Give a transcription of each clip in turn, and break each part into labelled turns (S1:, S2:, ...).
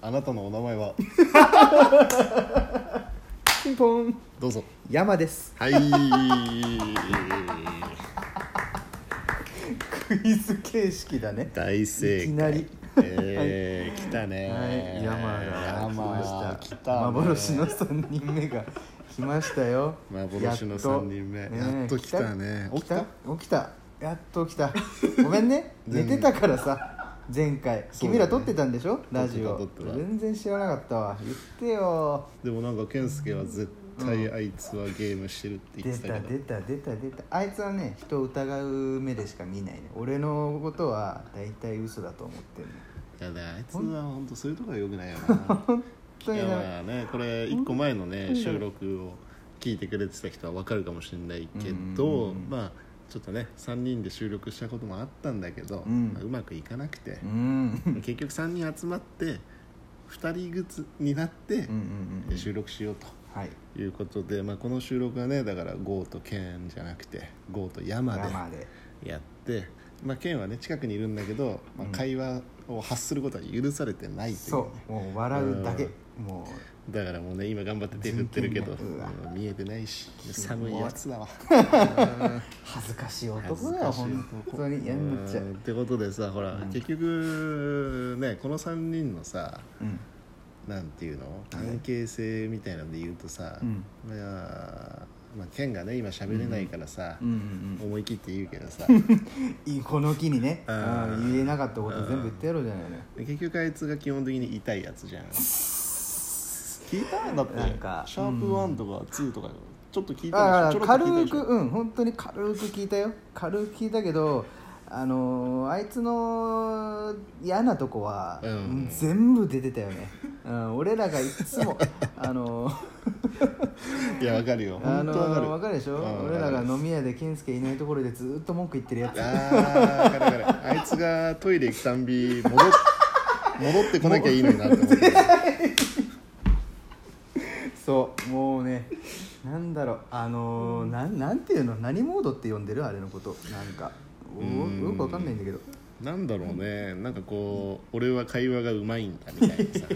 S1: あなたのお名前 は
S2: ピンポン
S1: どうぞ
S2: 山です
S1: はい
S2: クイズ形式だね
S1: 大正解
S2: いきなり
S1: えー、来たね
S2: はい山が来ました
S1: 来たね
S2: 幻の3人目が来ましたよ
S1: 幻の三人目やっと来たね
S2: 起きた起きたやっと起きたごめんね寝
S1: 全然
S2: てたからさ前回
S1: そうだね
S2: 君ら撮ってたんでしょラジオ
S1: 撮ってた撮ってた
S2: 全然知らなかったわ言ってよ
S1: でもなんか健介は絶対あいつはゲームしてるって言
S2: 出
S1: ってたけ
S2: た
S1: ど
S2: 出た出た出たあいつはね人を疑う目でしか見ないね俺のことは大体嘘だと思ってる
S1: い
S2: の
S1: やねあいつは本当そういうとこがよくないよな
S2: 本当
S1: いや
S2: に
S1: ま
S2: ね
S1: あねこれ一個前のね収録を聞いてくれてた人はわかるかもしれないけ
S2: うんうん
S1: ど
S2: うん
S1: まあちょっとね3人で収録したこともあったんだけど、
S2: うん
S1: まあうまくいかなくて
S2: う、んうん
S1: 結局3人集まって2人ぐつになって
S2: うんうん
S1: 収録しよう
S2: はい
S1: ということで、まあ、この収録はねだからゴーとケンじゃなくてゴーと山で
S2: 山で
S1: やって、まあ、ケンはね近くにいるんだけど、まあ、会話を発することは許されてないというね、
S2: そうもう笑うだけもう
S1: だからもうね今頑張って手振ってるけど
S2: 人権がうわ
S1: うん見えてないし寒いやつだわ
S2: 恥ずかしい男だよ本当にやんなっちゃ
S1: う
S2: うん
S1: ってことでさほら、結局ねこの3人のさ
S2: うん
S1: なんていうの関係性みたいなので言うとさ、
S2: うん
S1: まあ、まあ、ケンがね今喋れないからさ、
S2: うんうん
S1: 思い切って言うけどさ
S2: いいこの機にね
S1: うん
S2: うん言えなかったこと全部言ってやろうじゃないのよ
S1: 結局あいつが基本的に痛いやつじゃん聞いただって
S2: なんか
S1: シャープ1とか2とかちょっと聞いたで
S2: あ
S1: し
S2: あ
S1: ょちょろっと聞いた
S2: 軽
S1: でしょ
S2: くうん本当に軽く聞いたよ軽く聞いたけどあのーあいつの嫌なとこは、
S1: うん
S2: 全部出てたよね、うん、俺らがいつもあのー
S1: いやわかるよ
S2: あ
S1: 本
S2: の
S1: 当わかる
S2: ーわかるでしょ、
S1: うん
S2: 俺ら
S1: わ
S2: が
S1: かる
S2: 飲み屋で健介いないところでずっと文句言ってるやつ
S1: あーわかるわかるあいつがトイレ行くたんび戻っ戻ってこなきゃいいのになって思って
S2: そうもうねなんだろうあのーなんなんていうの何モードって呼んでるあれのことなんかお
S1: うん
S2: よくわかんないんだけど
S1: なんだろうねなんかこう俺は会話がうまいんだみたいな さ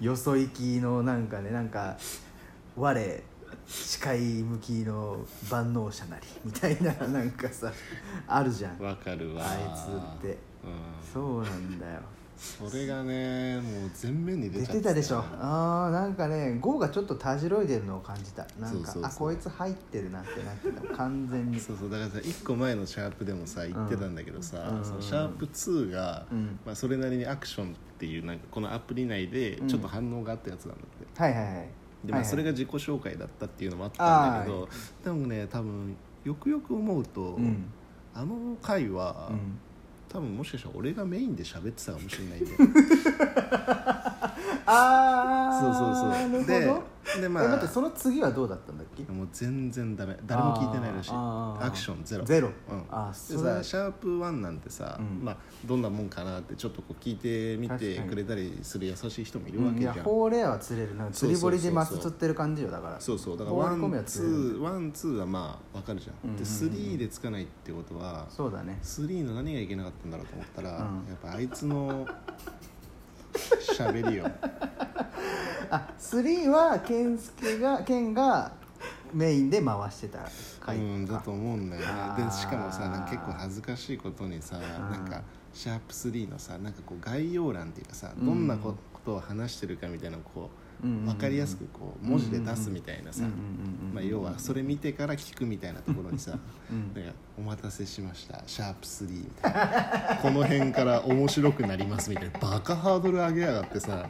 S2: よそ行きのなんかねなんか我視界向きの万能者なりみたいななんかさあるじゃん
S1: わかるわ
S2: あいつって
S1: う
S2: そうなんだよ
S1: ん、それがねもう全面に出ちゃ
S2: 出
S1: って
S2: たでしょあーなんかねゴーがちょっとたじろいでるのを感じたなんか
S1: そうそうそう
S2: あこいつ入ってるなってなってた完全に
S1: そうそうだからさ1個前のシャープでもさ言ってたんだけどさ、
S2: うん
S1: そのシャープ2が、
S2: うん
S1: まあ、それなりにアクションっていうなんかこのアプリ内でちょっと反応があったやつなんだって、
S2: はいはいはい
S1: でま
S2: はいは
S1: あ、
S2: い
S1: それが自己紹介だったっていうのもあったんだけど、でもね多分よくよく思うと、
S2: うん、
S1: あの回は、
S2: うん
S1: 多分もしかしたら俺がメインで喋ってたかもしれないんだよそうそう
S2: ああ
S1: そう
S2: なるほど
S1: でで
S2: え
S1: ま
S2: 待
S1: あ
S2: ってその次はどうだったんだっけ
S1: もう全然ダメ誰も聞いてないらしい
S2: あーあー
S1: アクションゼロ
S2: ゼロ
S1: うん、
S2: あーそ
S1: で
S2: れ
S1: さシャープ1なんてさ、
S2: うん
S1: まあ、どんなもんかなってちょっとこう聞いてみてくれたりする優しい人もいる
S2: う
S1: わ
S2: ん
S1: け
S2: い
S1: じ
S2: や
S1: ゃん、
S2: ホーレアは釣れるな釣り堀でマス
S1: そうそうそうそ
S2: 釣
S1: う
S2: ってる感じよだから
S1: そうそうだから
S2: 放
S1: ワ
S2: り込みは
S1: ンツ
S2: 釣れる
S1: ーワンツーはまあわかるじゃん,、
S2: うんうんうん
S1: で3でつかないってことは
S2: そうだね
S1: 3の何がいけなかったんだろうと思ったら、
S2: うん
S1: やっぱあいつの喋りよ
S2: あ3は健介が健がメインで回してた回
S1: うんだと思うんだよね
S2: あー
S1: でしかもさなんか結構恥ずかしいことにさなんかシャープ3のさなんかこう概要欄っていうかさ
S2: うん
S1: どんなこことを話してるかみたいなのをこう
S2: うんうんうん
S1: 分かりやすくこう文字で出すみたいなさ
S2: うんうんうんうん
S1: まあ要はそれ見てから聞くみたいなところにさ
S2: うん
S1: なんかお待たせしましたシャープ3」みたいな「この辺から面白くなります」みたいなバカハードル上げやがって さ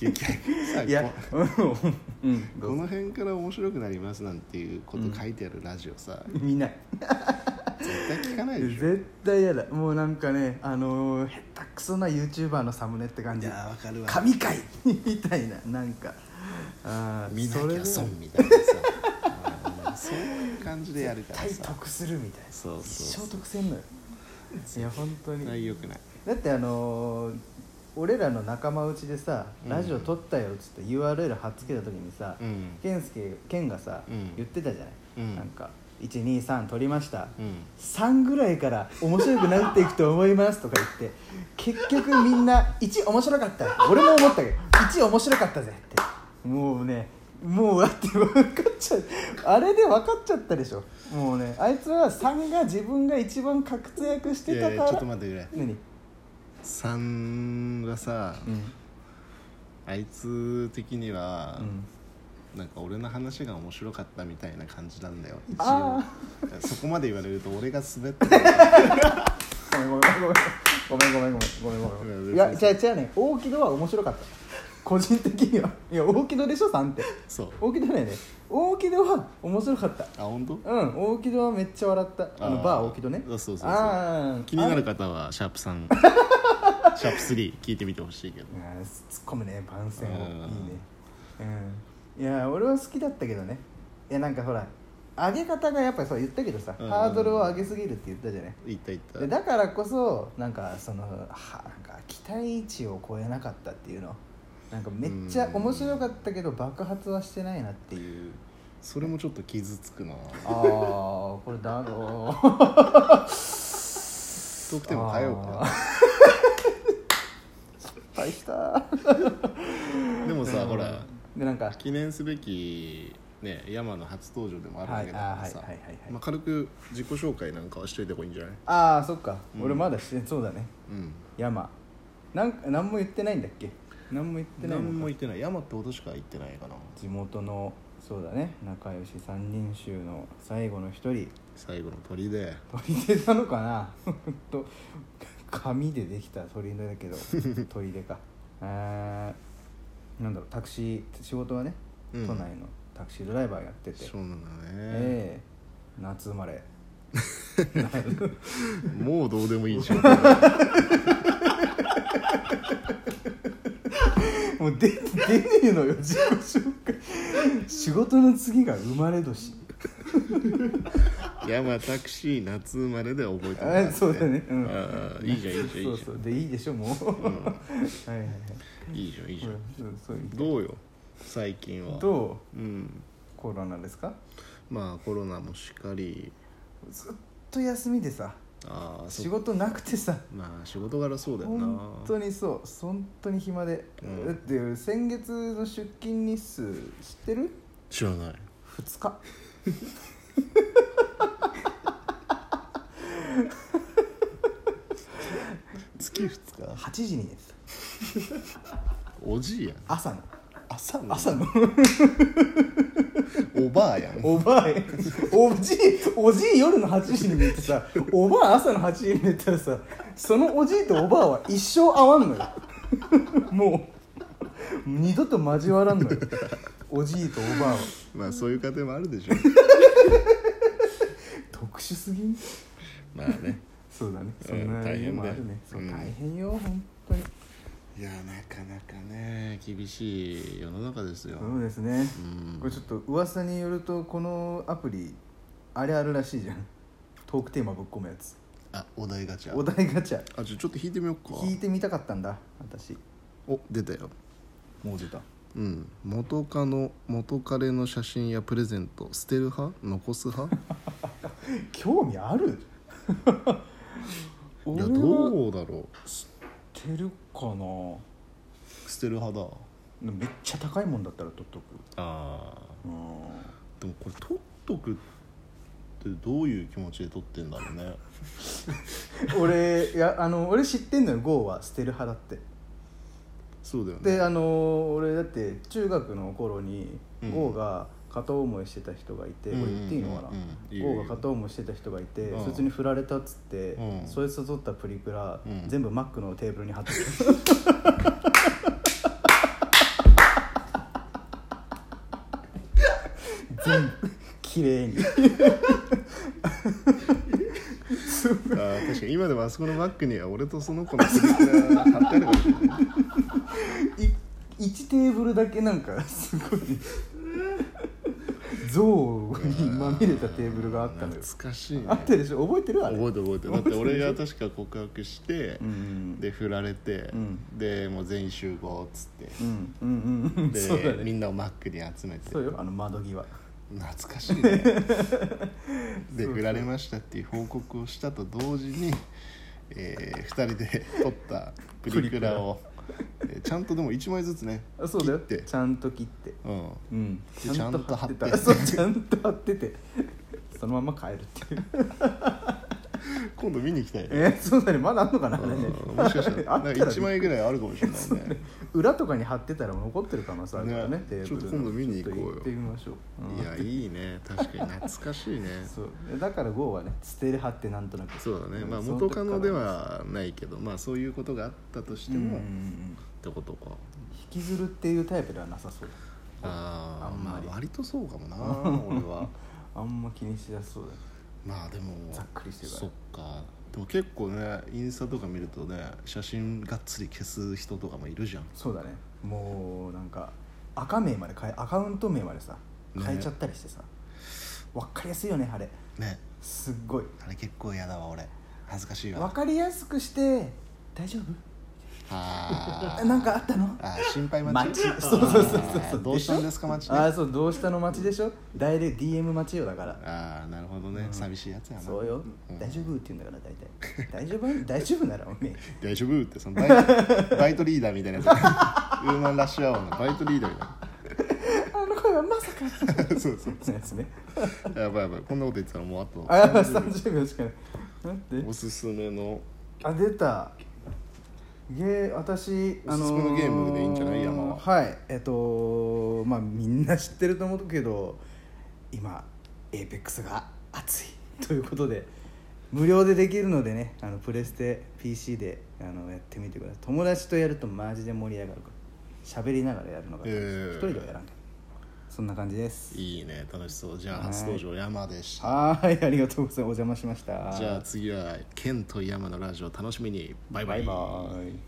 S1: 結局さ
S2: いや
S1: こ
S2: うんうんど
S1: こ
S2: うぞ
S1: の辺から面白くなりますなんていうこと書いてあるラジオさ、
S2: 見ない
S1: 絶対聞かないでしょ
S2: 絶対嫌だもうなんかねあのー、下手くそな YouTuber のサムネって感
S1: い
S2: じ
S1: やーわかるわ
S2: 神回みたいななんかあー
S1: 見な
S2: それ
S1: き
S2: で
S1: ゃ損みたいなさうんそういう感じでやるから
S2: 絶対
S1: さ
S2: 得するみたいな
S1: そうそう
S2: 一
S1: そう
S2: 生得せんのよいや本当
S1: 絶
S2: に
S1: 対良くない
S2: だってあのー俺らの仲間内でさ「
S1: うん
S2: ラジオ撮ったよ」っつって URL 貼っつけた時にさ、
S1: うん
S2: 健介健がさ、
S1: うん
S2: 言ってたじゃない、
S1: うん
S2: なんか123取りました、
S1: うん
S2: 3ぐらいから面白くなっていくと思いますとか言って結局みんな1面白かった俺も思ったけど1面白かったぜってもうねもうだって分かっちゃうあれで分かっちゃったでしょもうねあいつは3が自分が一番活躍し
S1: い
S2: てた
S1: や
S2: か
S1: い
S2: ら
S1: やちょっと待ってくれ
S2: 何、
S1: 3がさ、
S2: うん
S1: あいつ的には
S2: う、ん、
S1: なんか俺の話が面白かったみたいな感じなんだよ一応
S2: あ
S1: そこまで言われると俺が滑ってる
S2: ごめんごめんごめんごめんごめんごめんごめんごめんごめんいや違う違うね大木戸は面白かった個人的にはいや大木戸でしょ3って
S1: そう
S2: 大木戸だよね大木戸は面白かった
S1: あ本当
S2: うん大木戸はめっちゃ笑ったあの
S1: あー
S2: バー大木戸ね
S1: そうそうそうそう
S2: あー
S1: 気にな
S2: あ
S1: る方はシャープ3 シャープ3聞いてみてほしいけど
S2: あー突っ込むね番宣をいい
S1: うん
S2: ねうんいや俺は好きだったけどねいやなんかほら上げ方がやっぱりそう言ったけどさ
S1: うん
S2: ハードルを上げすぎるって言ったじゃない
S1: いったいった
S2: でだからこそなんかそのはなんか期待値を超えなかったっていうのなんかめっちゃ
S1: うん
S2: 面白かったけど爆発はしてないなっ ていう
S1: それもちょっと傷つくな
S2: ああこれだろう
S1: 得点も変えよう か
S2: 大した
S1: なでもさ、
S2: うん
S1: ほら
S2: でなんか
S1: 記念すべきね山の初登場でもあるわけだからさ
S2: はいあーはいはいはいはい
S1: まあ軽く自己紹介なんかはしといた方がいいんじゃない
S2: ああそっか、
S1: うん
S2: 俺まだしてそうだね
S1: うん
S2: 山なんか何も言ってないんだっけ何も言ってないのか
S1: 何も言ってない山ってことしか言ってないかな
S2: 地元のそうだね仲良し三人衆の最後の一人
S1: 最後の鳥で
S2: 鳥出なのかな ほんと紙でできた鳥出だけ ど鳥出かえー、なんだろうタクシー仕事はね、
S1: うん
S2: 都内のタクシードライバーやってて
S1: そうなのね、
S2: ええ夏生ま れ
S1: もうどうでもいいじゃん
S2: もう出 出ねえのよ自己紹介仕事の次が生まれ年
S1: 山タクシー夏生まれで覚えてもらって
S2: あそうだねうん
S1: あーいいじゃんいいじゃんい
S2: そ
S1: いうじ
S2: そうでいいでしょもう、
S1: ゃん、
S2: はいはいはい
S1: うん、いいじゃんいいじゃん
S2: うんそうそういう
S1: どうよ最近は
S2: どう
S1: うん
S2: コロナですか
S1: まあコロナもしっかり
S2: ずっと休みでさ
S1: ああ
S2: 仕事なくてさ
S1: まあ仕事柄そうだよな
S2: 本当にそう本当に暇で、
S1: うん
S2: だって先月の出勤日数知ってる
S1: 知らない
S2: 2日
S1: 月2日
S2: 8時にです
S1: おじいやん
S2: 朝の
S1: 朝の
S2: 朝の
S1: おばあやん
S2: おばあおじいおじい夜の8時に寝てさおばあ朝の8時に寝たらさそのおじいとおばあは一生会わんのよもう二度と交わらんのよおじいとおばあは
S1: まあそういう家庭もあるでしょ
S2: 特殊すぎん
S1: まあね
S2: そうだね
S1: うん
S2: そんな
S1: 大
S2: 家
S1: 変
S2: もあ
S1: だよ
S2: るね、そう
S1: うん
S2: 大変よ本当に
S1: いやなかなかね厳しい世の中ですよ、
S2: そうですね、
S1: うん
S2: これちょっと噂によるとこのアプリあれあるらしいじゃんトークテーマぶっ込むやつ
S1: あお題ガチャ
S2: お題ガチャ
S1: あちょちょっと引いてみようか
S2: 聞いてみたかったんだ私
S1: お出たよ
S2: もう出た
S1: うん元カノ元彼の写真やプレゼント捨てる派残す派
S2: 興味あ る
S1: い
S2: 俺
S1: や
S2: は
S1: どうだろ
S2: 知ってるかな
S1: う捨てる派だ
S2: めっちゃ高いもんだったら取っとく
S1: ああ
S2: うん
S1: でもこれ取っとくってどういう気持ちで取ってんだろうね
S2: 俺いやあの俺知ってんのよゴーは捨てる派だって
S1: そうだよね
S2: であの俺だって中学の頃に
S1: うん
S2: 郷が片思いしてた人がいて、
S1: うん
S2: これ言っていいのかな
S1: うんうんいいよ
S2: 郷が片思いしてた人がいて、
S1: うん
S2: そいつに振られたっつって、
S1: うん
S2: そいつと撮ったプリクラ、
S1: うん
S2: 全部マックのテーブルに貼ってる全部綺麗に
S1: あー確かに今でもあそこのバッグには俺とその子のプリクラ貼ってあるかもしれない
S2: い1テーブルだけなんかすごい象にまみれたテーブルがあったのよ
S1: 懐かしいね
S2: あったでしょ覚えてるあれ
S1: 覚えてる覚えてるだって俺が確か告白して
S2: うん
S1: で振られて、
S2: うん
S1: でもう全員集合っつって
S2: うんうんうんうん
S1: で、
S2: そうだ
S1: み
S2: ね
S1: んなをマックに集めて
S2: そうよあの窓際
S1: 懐かしいね で振られましたっていう報告をしたと同時に、えー、2人で撮ったプリクラをえーちゃんとでも1枚ずつね
S2: あそうだよ
S1: 切って
S2: ちゃんと切って
S1: うん
S2: うん
S1: でちゃんと貼って
S2: ちゃんと貼そうちゃんと貼っててそのまま帰るっていう
S1: 今度見に行きたいね
S2: え そうだねまだあんのかなあれね
S1: うんもしかしたら
S2: あ
S1: な
S2: っ
S1: んか
S2: た
S1: ら1枚ぐらいあるかもしれないね
S2: 裏とかに貼ってたら残ってる可能性あるからね
S1: ね
S2: テーブルの
S1: ちょっと今度見に行こうよ
S2: ちょっと行ってみましょう、うん
S1: いやいいね確かに懐かしいね
S2: そうだからゴーはね捨てる貼ってなんとなく
S1: そうだね、
S2: ん
S1: まあ、
S2: その
S1: 元
S2: 時
S1: カ
S2: から
S1: ノではないけどまあそういうことがあったとしても、
S2: うんうん
S1: っ
S2: うん
S1: てことか
S2: 引きずるっていうタイプではなさそう
S1: あ
S2: あ
S1: ー
S2: ん
S1: ま
S2: ま
S1: あ
S2: り
S1: 割とそうかも な俺は
S2: あんま気にしやすそうだね
S1: まあでも
S2: ざっくりしてるか
S1: そ
S2: ら
S1: っかでも結構ねインスタとか見るとね写真がっつり消す人とかもいるじゃん
S2: そうだねもうなんか赤名まで変えアカウント名までさ
S1: ね
S2: 変えちゃったりしてさ、わかりやすいよねあれ
S1: ね
S2: すっごい
S1: あれ結構嫌だわ俺恥ずかしい
S2: わ
S1: わ
S2: かりやすくして大丈
S1: あ
S2: 夫
S1: ー
S2: なんかあったの
S1: あー心配待
S2: 待
S1: ち
S2: ち そうそうそうそう
S1: あ
S2: そ
S1: ー
S2: う
S1: どうしたんですか待ちね
S2: ああーそうどうしたの待ちでしょダイレ DM 待ちよだから
S1: ああなるほどね、寂しいやつやな
S2: そうよ、
S1: ん
S2: 大丈夫って言うんだから大体大丈夫大丈夫ならお めえ
S1: 大丈夫ってそ のバイバイトリーダーみたいなやつウーマンラッシュアワーのバイトリーダーみ
S2: あの声はまさか
S1: たいな そうそう
S2: のやつね
S1: やばいやばいこんなこと言ってたらもう
S2: あ
S1: あ
S2: やばい30秒しかないなんて
S1: とおすすめの
S2: あ出たゲー私
S1: おすすめのゲームでいいんじゃない山はい
S2: えっとまあみんな知ってると思うけど今エーペックスが熱いということで無料でできるのでねあのプレステ PC であのやってみてください友達とやるとマジで盛り上がるから喋りながらやるのが楽しい、
S1: えー
S2: 一人ではやらんけどそんな感じです
S1: いいね楽しそうじゃあ
S2: はい
S1: 初登場山でした
S2: はーいありがとうございますお邪魔しました
S1: じゃあ次はケンと山のラジオ楽しみにバイバ
S2: バ
S1: イ
S2: イバイ